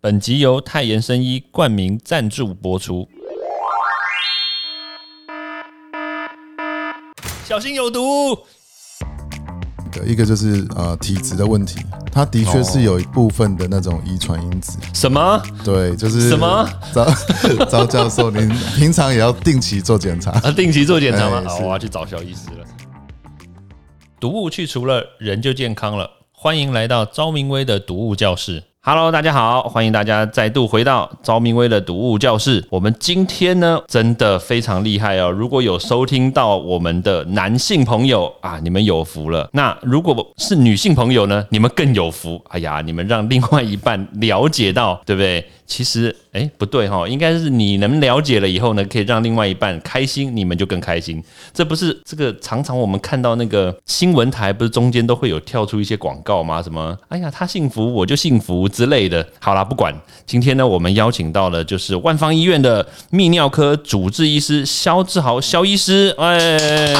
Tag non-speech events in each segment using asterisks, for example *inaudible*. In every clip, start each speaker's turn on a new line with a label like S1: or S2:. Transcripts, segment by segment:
S1: 本集由泰妍生医冠名赞助播出。小心有毒！
S2: 的，一个就是呃体质的问题，它的确
S1: 哦
S2: 是有一部分的那种遗传因子。
S1: 什么？
S2: 对，就是
S1: 什
S2: *laughs*
S1: 么？
S2: 招招教授，您平常也要定期做检查。
S1: *laughs* 啊，定期做检查吗？
S2: 哎
S1: 好，
S2: 是
S1: 我要去找小医师了。毒物去除了，人就健康了。欢迎来到昭明威的毒物教室。Hello，大家好，欢迎大家再度回到昭明威的毒物教室。我们今天呢，真的非常厉害哦！如果有收听到我们的男性朋友啊，你们有福了。那如果是女性朋友呢，你们更有福。哎呀，你们让另外一半了解到，对不对？其实，哎，不对哈、应该是你能了解了以后呢，可以让另外一半开心，你们就更开心。这不是这个常常我们看到那个新闻台，不是中间都会有跳出一些广告吗？什么，哎呀，他幸福我就幸福之类的。好啦，不管，今天呢，我们邀请到了就是万方医院的泌尿科主治医师肖志豪肖医师，哎。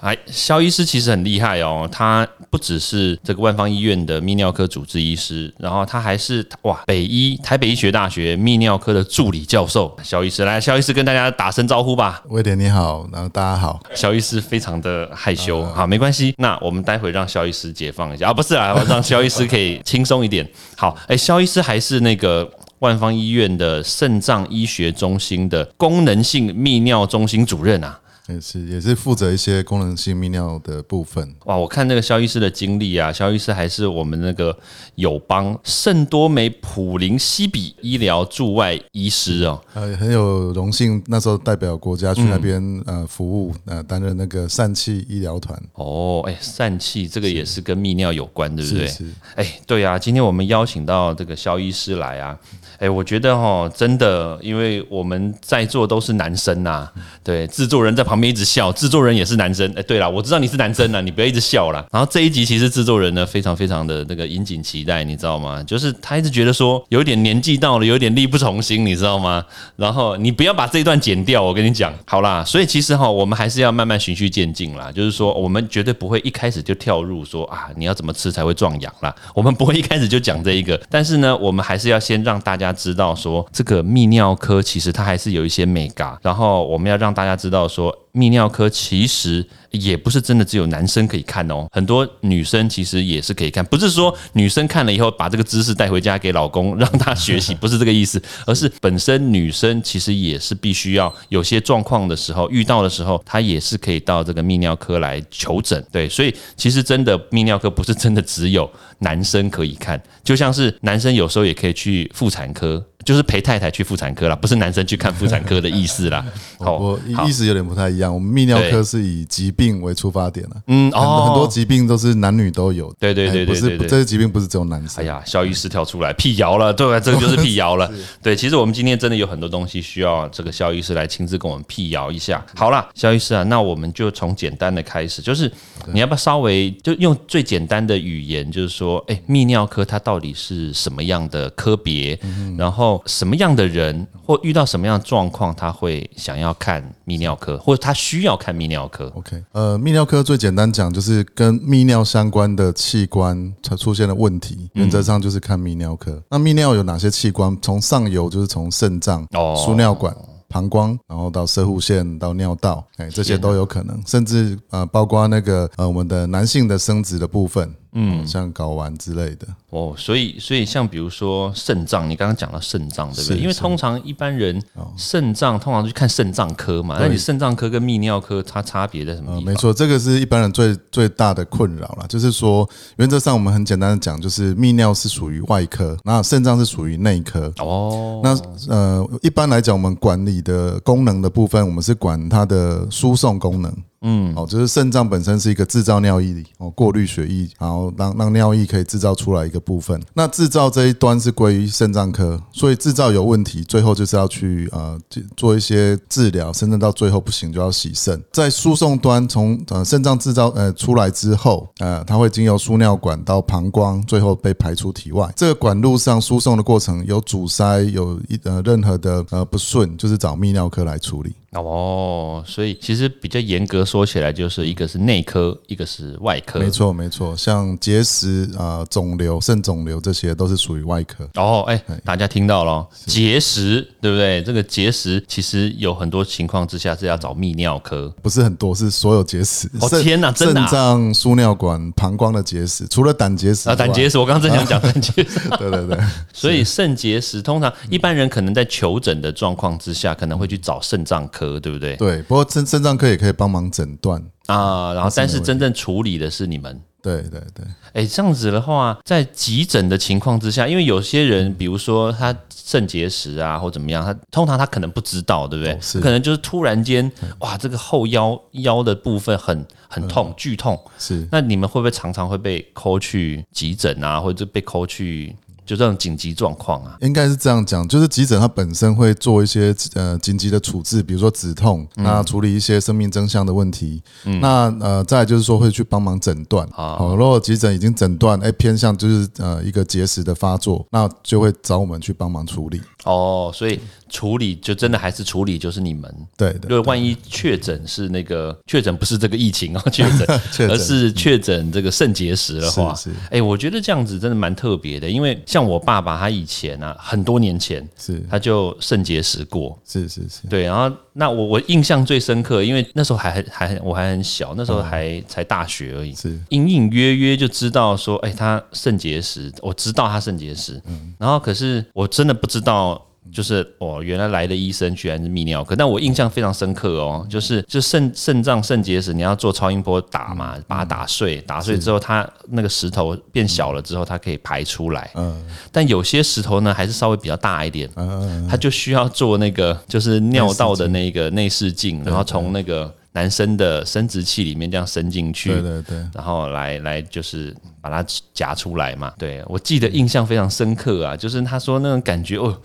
S1: 哎，肖医师其实很厉害哦，他不只是这个万方医院的泌尿科主治医师，然后他还是哇北医台北医学大学泌尿科的助理教授。肖医师来，肖医师跟大家打声招呼吧。
S2: 威廉你好，然后大家好，
S1: 肖医师非常的害羞，好，没关系，那我们待会让肖医师解放一下啊，不是啊，我让肖医师可以轻松一点。好，哎，肖医师还是那个。万方医院的肾脏医学中心的功能性泌尿中心主任啊，
S2: 也是也是负责一些功能性泌尿的部分。
S1: 哇，我看那个肖医师的经历啊，肖医师还是我们那个友邦圣多美普林西比医疗驻外医师哦。
S2: 呃，很有荣幸，那时候代表国家去
S1: 嗯
S2: 那边、呃服务，呃担任那个疝气医疗团。
S1: 哦，哎，疝气这个也是跟泌尿有关，对不对？
S2: 是是
S1: 哎，对啊，今天我们邀请到这个肖医师来啊，哎，我觉得哦，真的，因为我们在座都是男生呐、对，制作人在旁边一直笑，制作人也是男生，哎，对啦，我知道你是男生啊啦，你不要一直笑啦。然后这一集其实制作人呢非常非常的那个引颈期待，你知道吗？就是他一直觉得说有点年纪到了，有点力不从心，你知道吗？然后你不要把这一段剪掉，我跟你讲，好啦，所以其实哈，我们还是要慢慢循序渐进啦，就是说我们绝对不会一开始就跳入说啊，你要怎么吃才会壮阳啦，我们不会一开始就讲这一个，但是呢，我们还是要先让大家知道说，这个泌尿科其实它还是有一些美嘎，然后我们要让大家知道说，泌尿科其实也不是真的只有男生可以看哦，很多女生其实也是可以看，不是说女生看了以后把这个知识带回家给老公让他学习，不是这个意思，而是本身女生其实也是必须要有些状况的时候遇到的时候，她也是可以到这个泌尿科来求诊。对，所以其实真的泌尿科不是真的只有男生可以看，就像是男生有时候也可以去妇产科。就是陪太太去妇产科啦，不是男生去看妇产科的意思啦。好
S2: 我
S1: 好
S2: 意思有点不太一样，我们泌尿
S1: 对
S2: 科是以疾病为出发点啊，
S1: 嗯
S2: 很
S1: 哦
S2: 很多疾病都是男女都有的，
S1: 对对对对
S2: 哎不
S1: 对
S2: 是
S1: 对
S2: 这些疾病不是只有男生
S1: 哎。呀，肖医师跳出来辟谣了，对吧？这个就是辟谣了。对，其实我们今天真的有很多东西需要这个肖医师来亲自跟我们辟谣一下。好啦，肖医师啊，那我们就从简单的开始，就是你要不要稍微就用最简单的语言，就是说，哎、泌尿科它到底是什么样的科别？然后什么样的人或遇到什么样的状况，他会想要看泌尿科，或者他需要看泌尿科？
S2: OK，呃，泌尿科最简单讲就是跟泌尿相关的器官它出现了问题，原则上就是看泌尿科。那泌尿有哪些器官？从上游就是从肾脏、
S1: 哦
S2: 输尿管。膀胱，然后到射护腺，到尿道，哎，这些都有可能，甚至呃，包括那个呃，我们的男性的生殖的部分，嗯，像睾丸之类的，
S1: 哦，所以所以像比如说肾脏，你刚刚讲到肾脏，对不对？
S2: 是哦
S1: 因为通常一般人肾脏通常去看肾脏科嘛，那你肾脏科跟泌尿科它差别在什么
S2: 呃，
S1: 地
S2: 没
S1: 方？
S2: 错，这个是一般人最最大的困扰啦。就是说，原则上我们很简单的讲，就是泌尿是属于外科，那肾脏是属于内科。
S1: 哦，
S2: 那呃，一般来讲，我们管理的功能的部分，我们是管它的输送功能。嗯，哦，就是肾脏本身是一个制造尿液，哦，过滤血液，然后让让尿液可以制造出来一个部分。那制造这一端是归于肾脏科，所以制造有问题，最后就是要去呃去做一些治疗，甚至到最后不行就要洗肾。在输送端从呃肾脏制造呃出来之后，呃，它会经由输尿管到膀胱，最后被排出体外。这个管路上输送的过程有阻塞，有一呃任何的呃不顺，就是找泌尿科来处理。
S1: 哦，所以其实比较严格说起来就是一个是内科，一个是外科。
S2: 没错，没错，像结石啊、呃肿瘤、肾肿瘤这些都是属于外科。
S1: 哦，哎、大家听到了，结石，对不对？这个结石其实有很多情况之下是要找泌尿科。
S2: 不是很多，是所有结石。
S1: 哦
S2: 肾
S1: 天哪真
S2: 肾
S1: 的啊
S2: 脏、输尿管、膀胱的结石，除了胆结石
S1: 啊，胆结
S2: 石，
S1: 石，我刚刚正想讲胆结石，
S2: 对对对，
S1: 所以肾结石通常一般人可能在求诊的状况之下，可能会去找肾脏科，对不对？
S2: 对。不过肾肾脏科也可以帮忙诊断，
S1: 啊，然后但是真正处理的是你们。
S2: 对对对，
S1: 哎，这样子的话，在急诊的情况之下，因为有些人，比如说他肾结石啊，或怎么样，他通常他可能不知道，对不对？
S2: 是
S1: 可能就是突然间，哇，这个后腰腰的部分很很痛，剧痛。
S2: 是。
S1: 那你们会不会常常会被抠去急诊啊，或者被抠去就这种紧急状况啊？
S2: 应该是这样讲，就是急诊它本身会做一些呃紧急的处置，比如说止痛，那处理一些生命真相的问题。那呃，再来就是说会去帮忙诊断。好，如果急诊已经诊断，哎、偏向就是呃一个结石的发作，那就会找我们去帮忙处理。
S1: 哦，所以处理就真的还是处理，就是你们。
S2: 对的，
S1: 如果万一确诊是那个确诊不是这个疫情啊，
S2: *laughs*
S1: 确诊
S2: 确诊
S1: 而是确诊这个肾结石的话
S2: 是是，
S1: 哎、我觉得这样子真的蛮特别的，因为像我爸爸他以前啊，很多年前
S2: 是
S1: 他就肾结石过。
S2: 是是是，
S1: 对，然后那我我印象最深刻，因为那时候还还我还很小，那时
S2: 嗯
S1: 候还、才大学而已，
S2: 是
S1: 隐隐约约就知道说，哎、他肾结石，我知道他肾结石，
S2: 嗯
S1: 然后可是我真的不知道。就是哦，原来来的医生居然是泌尿科，但我印象非常深刻哦，就是就肾肾脏肾结石，你要做超音波打嘛，
S2: 嗯
S1: 把它打碎，打碎之后，它那个石头变小了之后，它可以排出来。
S2: 嗯
S1: 但有些石头呢，还是稍微比较大一点，
S2: 嗯嗯，
S1: 他就需要做那个就是尿道的那个内视镜，然后从那个男生的生殖器里面这样伸进去，
S2: 对对对，
S1: 然后来来就是把它夹出来嘛。对我记得印象非常深刻啊，就是他说那种感觉哦，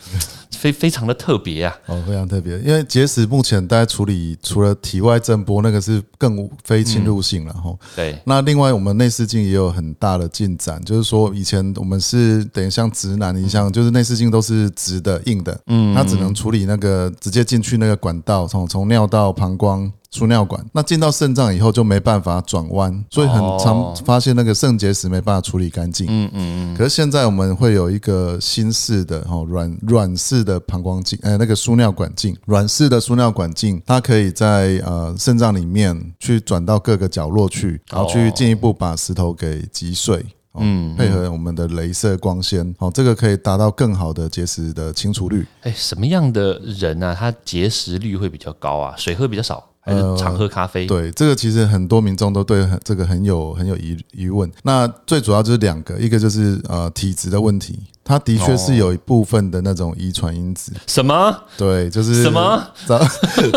S1: 非非常的特别啊。
S2: 哦，非常特别，因为结石目前大家处理除了体外震波那个是更非侵入性了哈。吼
S1: 对，
S2: 那另外，我们内视镜也有很大的进展，就是说以前我们是等于像直男一样，就是内视镜都是直的、硬的，嗯，它只能处理那个直接进去那个管道，从从尿道、膀胱。输尿管，那进到肾脏以后就没办法转弯，所以很常
S1: 哦
S2: 发现那个肾结石没办法处理干净。嗯嗯嗯。可是现在我们会有一个新式的哦软软式的膀胱镜，呃，那个输尿管镜，软式的输尿管镜，它可以在呃肾脏里面去转到各个角落去，然后去
S1: 哦
S2: 进一步把石头给击碎。嗯，配合我们的镭射光纤，哦，这个可以达到更好的结石的清除率。
S1: 哎，什么样的人啊，他结石率会比较高啊？水喝比较少，还是
S2: 呃
S1: 常喝咖啡？
S2: 对，这个其实很多民众都对很这个很有很有疑疑问。那最主要就是两个，一个就是呃体质的问题，它的确
S1: 哦
S2: 是有一部分的那种遗传因子。
S1: 什么？
S2: 对，就是
S1: 什么？
S2: *laughs* 赵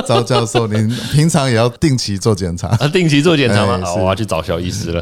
S2: 赵教授，您平常也要定期做检查。
S1: 啊，定期做检查吗
S2: 哎？是
S1: 好我要去找小医师了。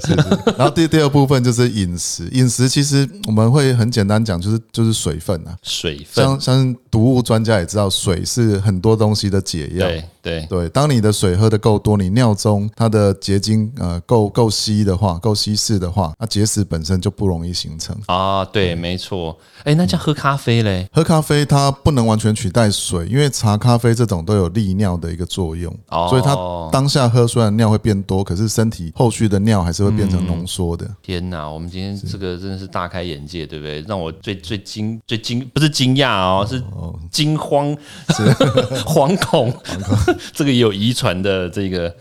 S2: 然后第第二部分就是饮食，饮食其实我们会很简单讲，就是就是水分啊。
S1: 水分，
S2: 像像毒物专家也知道，水是很多东西的解药。
S1: 对对，
S2: 对，当你的水喝的够多，你尿中它的结晶呃够够稀的话，够稀释的话，那结石本身就不容易形成。
S1: 啊，对，
S2: 嗯
S1: 没错。哎，那这样喝咖啡嘞？
S2: 喝咖啡它不能完全取代水，因为茶、咖啡这种都有利尿的一个作用，
S1: 哦
S2: 所以它当下喝虽然尿会变多，可是身体后续的尿还是会变成浓缩的。
S1: 天哪，我们今天这个真的是大开眼界，对不对？让我最最惊最惊不是惊讶哦，是惊慌， *laughs* 惶恐。 *laughs* 这个也有遗传的这个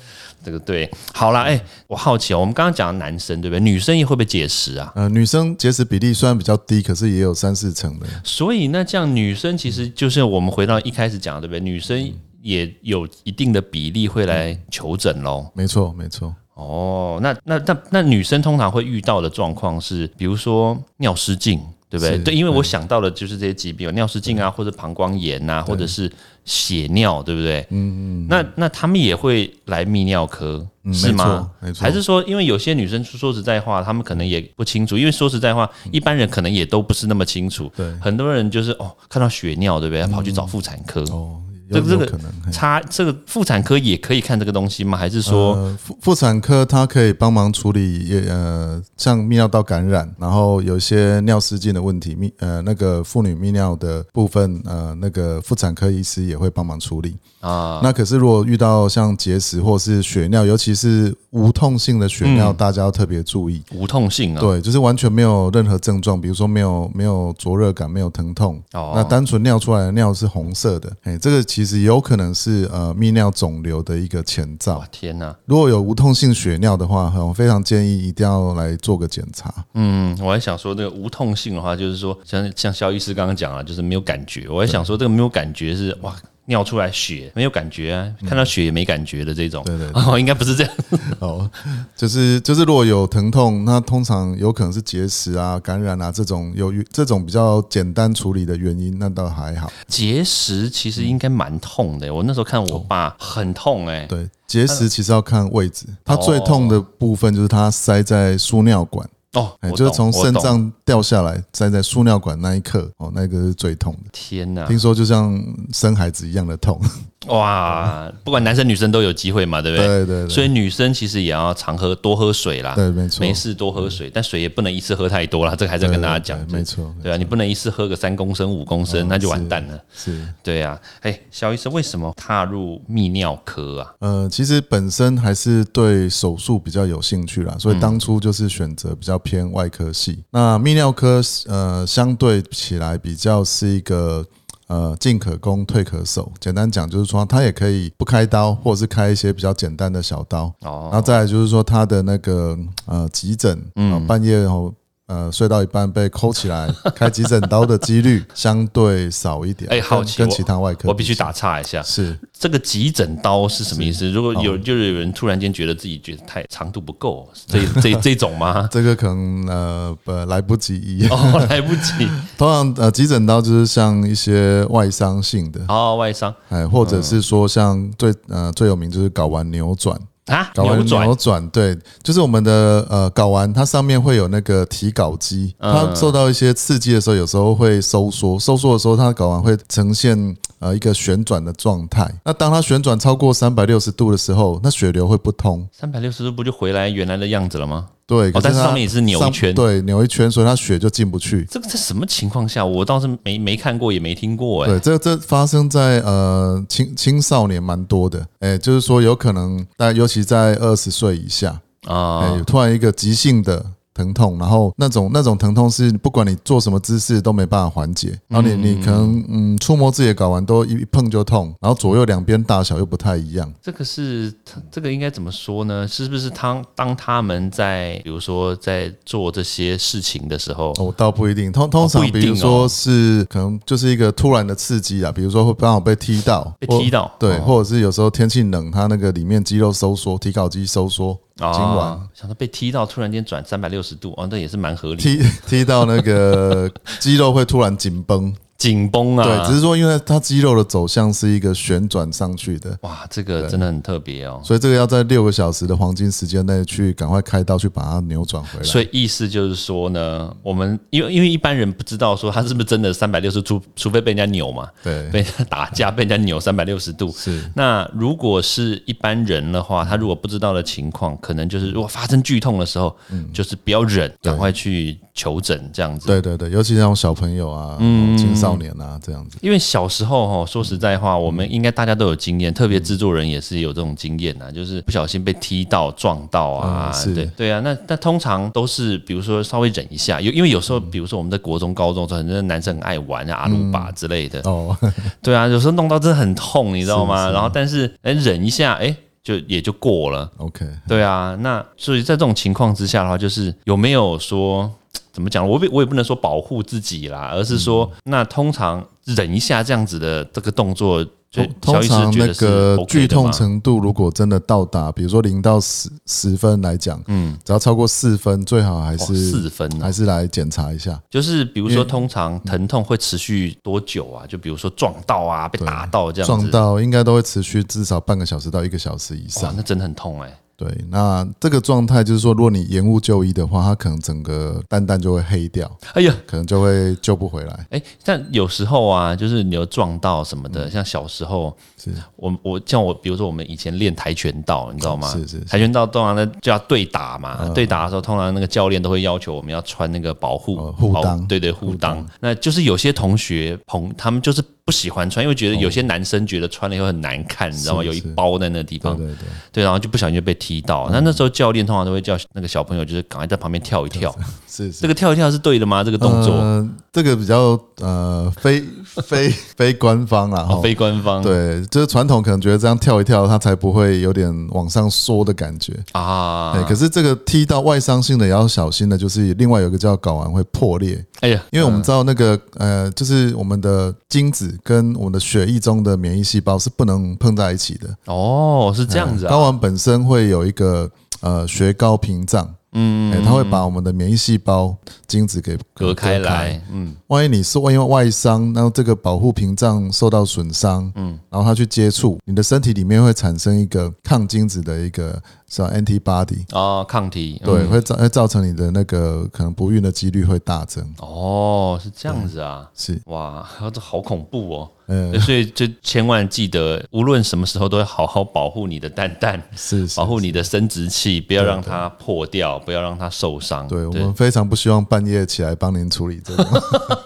S1: 这个对。好啦，哎，我好奇哦，我们刚刚讲男生对不对？女生也会不会结石啊？
S2: 呃，女生结石比例虽然比较低，可是也有三四成的。
S1: 所以那这样女生其实就是我们回到一开始讲的，对不对？女生也有一定的比例会来求诊喽。
S2: 没错，没错。
S1: 哦，那那那那女生通常会遇到的状况是，比如说尿失禁，对不对？
S2: 是嗯
S1: 对，因为我想到的就是这些疾病，有尿失禁啊，或者膀胱炎啊，或者是血尿，对不对？嗯嗯。那那他们也会来泌尿科，
S2: 嗯
S1: 是吗？
S2: 没错没错
S1: 还是说，因为有些女生说实在话，她们可能也不清楚，因为说实在话，
S2: 嗯
S1: 一般人可能也都不是那么清楚。
S2: 对
S1: 很多人就是哦，看到血尿，对不对？跑去找妇产科。
S2: 嗯哦，
S1: 这
S2: 有
S1: 个这
S2: 有
S1: 个
S2: 可能。嘿
S1: 插这个妇产科也可以看这个东西吗？还是说，
S2: 呃妇妇产科它可以帮忙处理也呃像泌尿道感染，然后有一些尿失禁的问题，泌呃那个妇女泌尿的部分，呃那个妇产科医师也会帮忙处理啊。那可是如果遇到像结石或是血尿，尤其是无痛性的血尿，大家要特别注意。
S1: 无痛嗯性啊？
S2: 对，就是完全没有任何症状，比如说没有没有灼热感，没有疼痛。
S1: 哦
S2: 那单纯尿出来的尿是红色的，哎，这个其实有可能是呃泌尿肿瘤的一个前兆
S1: 哇。天哪、
S2: 如果有无痛性血尿的话，我非常建议一定要来做个检
S1: *laughs*
S2: 查。
S1: 嗯，我还想说这个无痛性的话，就是说像像肖医师刚刚讲啊，就是没有感觉。我还想说这个没有感觉是哇。尿出来血没有感觉啊，看到血也没感觉的这种，
S2: 嗯对
S1: *laughs*
S2: 对
S1: 哦，应该不是这样，
S2: 哦，就是就是，如果有疼痛，那通常有可能是结石啊、感染啊这种有这种比较简单处理的原因，那倒还好。
S1: 结石其实应该蛮痛的，我那时候看我爸很痛哎、
S2: 对，结石其实要看位置，
S1: 呃
S2: 它最痛的部分就是它塞在输尿管，
S1: 哦，
S2: 哎，
S1: 我
S2: 就是
S1: 懂
S2: 从
S1: 我
S2: 肾
S1: 懂
S2: 脏掉下来塞在输尿管那一刻，哦，那个是最痛的。
S1: 天哪、
S2: 听说就像生孩子一样的痛。
S1: 哇，不管男生女生都有机会嘛，对不对？
S2: *laughs* 对对对，
S1: 所以女生其实也要常喝多喝水啦，
S2: 对，没错，
S1: 没事多喝水，但水也不能一次喝太多啦，这个还是要
S2: 对，
S1: 跟大家讲
S2: 对，没错，
S1: 对啊，你不能一次喝个三公升、五公升，那就完蛋了。
S2: 哦是。
S1: 对啊，哎，肖医生为什么踏入泌尿科啊？
S2: 呃，其实本身还是对手术比较有兴趣啦，所
S1: 嗯
S2: 以当初就是选择比较偏外科系。那泌尿科呃，相对起来比较是一个。呃，进可攻，退可守。简单讲就是说，它也可以不开刀，或者是开一些比较简单的小刀。然
S1: 哦，
S2: 后再来就是说，它的那个呃急诊，嗯，半夜后呃睡到一半被抠起来，开急诊刀的几率相对少一点。
S1: 哎好
S2: 跟
S1: 奇
S2: 跟
S1: 我
S2: 其他外科
S1: 我必须
S2: 比起来
S1: 打岔一下，
S2: 是？
S1: 这个急诊刀是什么意思？如果有就是有人突然间觉得自己觉得太长度不够，是这这这种吗
S2: *laughs*
S1: *laughs*
S2: 这个可能呃不来不及医。
S1: 哦，来不及
S2: *laughs* 通常呃急诊刀就是像一些外伤性的，
S1: 哦，外伤
S2: 哎，或者是说像最呃最有名就是睾丸扭转，
S1: 啊，
S2: 睾丸
S1: 扭转
S2: 扭转对，就是我们的呃睾丸它上面会有那个提睾肌，
S1: 嗯
S2: 它受到一些刺激的时候，有时候会收缩，收缩的时候它的睾丸会呈现。呃，一个旋转的状态。那当它旋转超过三百六十度的时候，那血流会不通。
S1: 三百六十度不就回来原来的样子了吗？
S2: 对，可
S1: 哦但是
S2: 它
S1: 上面也是扭一
S2: 上
S1: 圈
S2: 对，扭一圈，所以它血就进不去。
S1: 这个在什么情况下？我倒是没没看过，也没听过哎、
S2: 对，这这发生在呃青青少年蛮多的，哎、就是说有可能，但尤其在二十岁以下，哎、
S1: 啊，
S2: 突然一个急性的疼痛，然后那种那种疼痛是不管你做什么姿势都没办法缓解，然后你你可能嗯触摸自己的睾丸都一一碰就痛，然后左右两边大小又不太一样，
S1: 这个是这个应该怎么说呢？是不是当当他们在比如说在做这些事情的时候，
S2: 哦，倒不一定，通通
S1: 哦
S2: 常
S1: 不一定
S2: 比如
S1: 哦
S2: 说是、可能就是一个突然的刺激啊，比如说会刚好被踢到，
S1: 被
S2: 或
S1: 踢到
S2: 对，
S1: 哦
S2: 或者是有时候天气冷，它那个里面肌肉收缩，提睾肌收缩。
S1: 啊，
S2: 睾丸
S1: 想到被踢到，突然间转三百六十度，哦，那也是蛮合理的，
S2: 踢 *laughs* 踢到
S1: *laughs*
S2: 那个肌肉会突然紧绷，
S1: 紧绷啊，
S2: 对，只是说因为它肌肉的走向是一个旋转上去的，
S1: 哇，这个真的很特别哦。
S2: 所以这个要在六个小时的黄金时间内去赶快开刀去把它扭转回来。
S1: 所以意思就是说呢，我们因为因为一般人不知道说他是不是真的三百六十度，除非被人家扭嘛，
S2: 对，
S1: 被人家打架，被人家扭三百六十度，
S2: 是
S1: 那如果是一般人的话，他如果不知道的情况，可能就是如果发生剧痛的时候，就是不要忍，赶快去求诊这样子。
S2: 对对对，尤其那种小朋友啊、
S1: 嗯
S2: 青少年啊这样子，
S1: 因为小时候哈、说实在话，我们应该大家都有经验，特别制作人也是有这种经验呐、就是不小心被踢到、撞到啊，
S2: 嗯是
S1: 对对啊。那那通常都是比如说稍微忍一下，有因为有时候比如说我们在国中、高中的时候，很多男生很爱玩啊，阿鲁巴之类的，
S2: 哦，
S1: 对啊，有时候弄到真的很痛，你知道吗？然后但是哎忍一下，哎就也就过了。
S2: OK，
S1: 对啊，那所以在这种情况之下的话，就是有没有说怎么讲？我也我也不能说保护自己啦，而是说，
S2: 嗯
S1: 那通常忍一下这样子的这个动作，就
S2: 通通
S1: 小医
S2: 常
S1: 师觉
S2: 那
S1: 得是
S2: 个
S1: OK
S2: 剧
S1: 的吗
S2: 痛程度，如果真的到达，比如说零到十十分来讲，嗯，只要超过四分，最好还
S1: 哇
S2: 是
S1: 四分啊
S2: 还是来检查一下。
S1: 就是比如说
S2: 因为
S1: 通常疼痛会持续多久啊？就比如说撞到啊，被打到这样子，
S2: 撞到应该都会持续至少半个小时到一个小时以
S1: 哇
S2: 上，。
S1: 那真的很痛哎、
S2: 对，那这个状态就是说，如果你延误就医的话，它可能整个蛋蛋就会黑掉，
S1: 哎呀，
S2: 可能就会救不回来。
S1: 哎、但有时候啊，就是你有撞到什么的，像小时候，
S2: 嗯是
S1: 我我像我，比如说我们以前练跆拳道，你知道吗？
S2: 是是是嗯
S1: 跆拳道通常呢就要对打嘛，对打的时候，通常那个教练都会要求我们要穿那个保护、
S2: 呃护
S1: 保
S2: 裆
S1: 对对护裆。那就是有些同学朋他们就是不喜欢穿，因为觉得有些男生觉得穿了以后很难看，你知道吗？
S2: 哦是
S1: 有一
S2: 是
S1: 包在那个地
S2: 对嗯
S1: 方，
S2: 对对，
S1: 对，然后就不小心就被踢到。那那时候教练通常都会叫那个小朋友就是赶快在旁边跳一跳，
S2: 是是
S1: 这。个跳一跳是对的吗？这个动作、
S2: 呃这个比较呃非非非官方啦，
S1: 哦
S2: 哈，
S1: 非官方
S2: 对，就是传统可能觉得这样跳一跳，它才不会有点往上缩的感觉。
S1: 啊
S2: 哎、，可是这个踢到外伤性的也要小心的，就是另外有一个叫睾丸会破裂，
S1: 哎呀。
S2: 因为我们知道那个呃，就是我们的精子跟我们的血液中的免疫细胞是不能碰在一起的。
S1: 哦，是这样子啊
S2: 睾。丸本身会有一个呃血高屏障，嗯、它会把我们的免疫细胞精子给
S1: 隔开
S2: 开
S1: 来，嗯，
S2: 万一你是因为外伤，然后这个保护屏障受到损伤，嗯，然后它去接触，你的身体里面会产生一个抗精子的一个是吧 antibody，
S1: 哦，抗体，嗯
S2: 对，，会造会造成你的那个可能不孕的几率会大增，
S1: 哦，是这样子啊，
S2: 是，
S1: 哇， *laughs* 这好恐怖哦。
S2: 嗯、
S1: 所以就千万记得，无论什么时候都要好好保护你的蛋蛋，
S2: 是是
S1: 保。护你的生殖器，不要让它破掉，不要让它受伤。
S2: 对我们非常不希望半夜起来帮您处理这种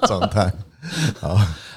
S1: *laughs*
S2: 状态。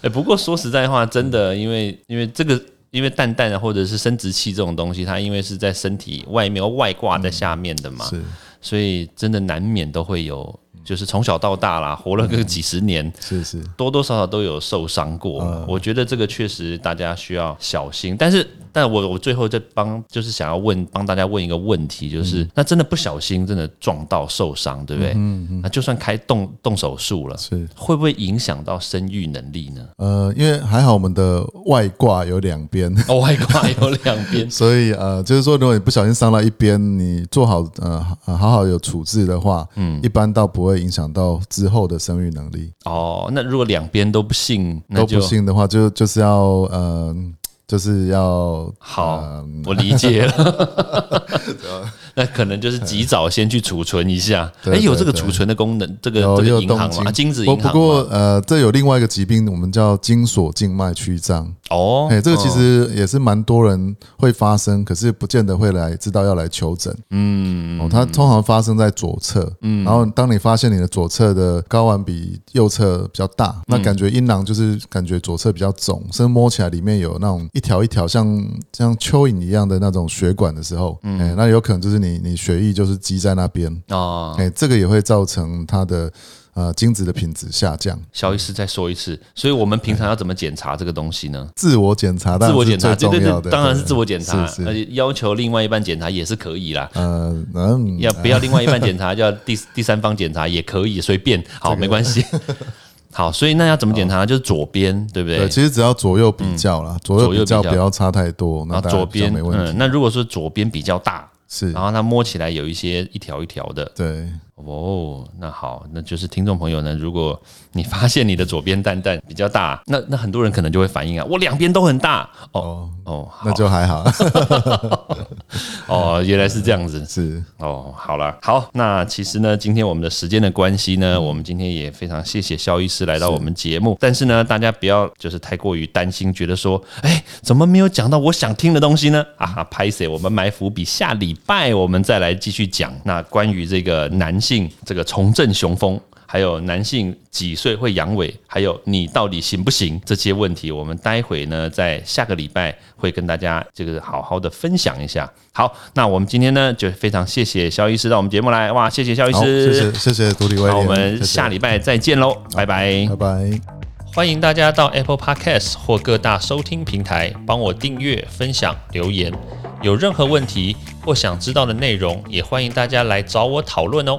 S1: 哎，不过说实在话，真的，因为因为这个，因为蛋蛋啊，或者是生殖器这种东西，它因为是在身体外面外挂在下面的嘛，
S2: 嗯是
S1: 所以真的难免都会有，就是从小到大啦，活了个几十年，
S2: 是是，
S1: 多多少少都有受伤过。我觉得这个确实大家需要小心。但是，但我我最后再帮，就是想要问帮大家问一个问题，就是、那真的不小心真的撞到受伤，对不对？那就算开动动手术了，
S2: 是
S1: 会不会影响到生育能力呢？
S2: 呃，因为还好我们的外挂有两边，
S1: 哦，外挂有两边
S2: 所以呃，就是说，如果你不小心伤到一边，你做好呃呃好好有处置的话，嗯，一般倒不会影响到之后的生育能力。
S1: *laughs* 哦，那如果两边都不信，那
S2: 都
S1: 就
S2: 不信的话，就就是要呃，就是要
S1: 好，
S2: 呃
S1: 我理解
S2: *laughs*
S1: 了。那可能就是及早先去储存一下。
S2: 啊对
S1: 哎，有
S2: 对
S1: 这个
S2: 对
S1: 储存的功能，这个
S2: 有
S1: 这
S2: 有
S1: 个银
S2: 动
S1: 行
S2: 静
S1: 嘛，啊精子
S2: 不
S1: 银
S2: 不
S1: 行
S2: 过
S1: 嘛。
S2: 呃，这有另外一个疾病，我们叫精索静脉曲张。
S1: 哦
S2: 哎、，这个其实也是蛮多人会发生，可是不见得会来知道要来求诊。嗯，哦，它通常发生在左侧，嗯，然后当你发现你的左侧的睾丸比右侧比较大，
S1: 嗯
S2: 那感觉阴囊就是感觉左侧比较肿，甚至摸起来里面有那种一条一条像像蚯蚓一样的那种血管的时候，嗯、那有可能就是你你血液就是积在那边，
S1: 哦，
S2: 哎、这个也会造成它的呃精子的品质下降。
S1: 肖医师再说一次，所以我们平常要怎么检查这个东西呢？
S2: 自我检查当
S1: 自
S2: 然
S1: 我
S2: 是
S1: 检查，
S2: 最
S1: 对
S2: 重
S1: 对
S2: 要的，
S1: 对，当然是自我检查，
S2: 是是
S1: 而且要求另外一半检查也是可以啦。
S2: 呃，嗯，
S1: 要不要另外一半检
S2: *laughs*
S1: 查，要第第三方检查也可以，随便，好，没关
S2: *laughs*
S1: 系。好，所以那要怎么检查？就是左边，对不
S2: 对，
S1: 对？嗯
S2: 其实只要左右比较啦，左右比较
S1: 左右比较
S2: 不要差太多，那
S1: 然后
S2: 大家
S1: 啊左
S2: 比较
S1: 边，
S2: 没问题。
S1: 嗯，那如果说左边比较大，
S2: 是
S1: 然，后它摸起来有一些一条一条的，
S2: 对，
S1: 哦，那好，那就是听众朋友呢，如果你发现你的左边蛋蛋比较大，那那很多人可能就会反应啊，我两边都很大，哦哦，好
S2: 那就还好， *laughs*
S1: 哦，原来是这样子。
S2: 是
S1: 哦，好了，好，那其实呢，今天我们的时间的关系呢，我们今天也非常谢谢肖医师来到我们节目。但是呢，大家不要就是太过于担心，觉得说，哎，怎么没有讲到我想听的东西呢？啊哈，拍谁？我们埋伏笔，下礼拜我们再来继续讲。那关于这个男性这个重振雄风。还有男性几岁会阳痿，还有你到底行不行这些问题，我们待会呢在下个礼拜会跟大家这个好好的分享一下。好，那我们今天呢就非常谢谢肖医师到我们节目来，哇，谢谢肖医
S2: 好，谢
S1: 师，
S2: 谢谢谢独立威
S1: 那
S2: 廉，
S1: 我们
S2: 谢谢
S1: 下礼拜再见喽，拜拜
S2: 拜。拜。
S1: 欢迎大家到 Apple Podcast 或各大收听平台帮我订阅、分享、留言。有任何问题或想知道的内容，也欢迎大家来找我讨论哦。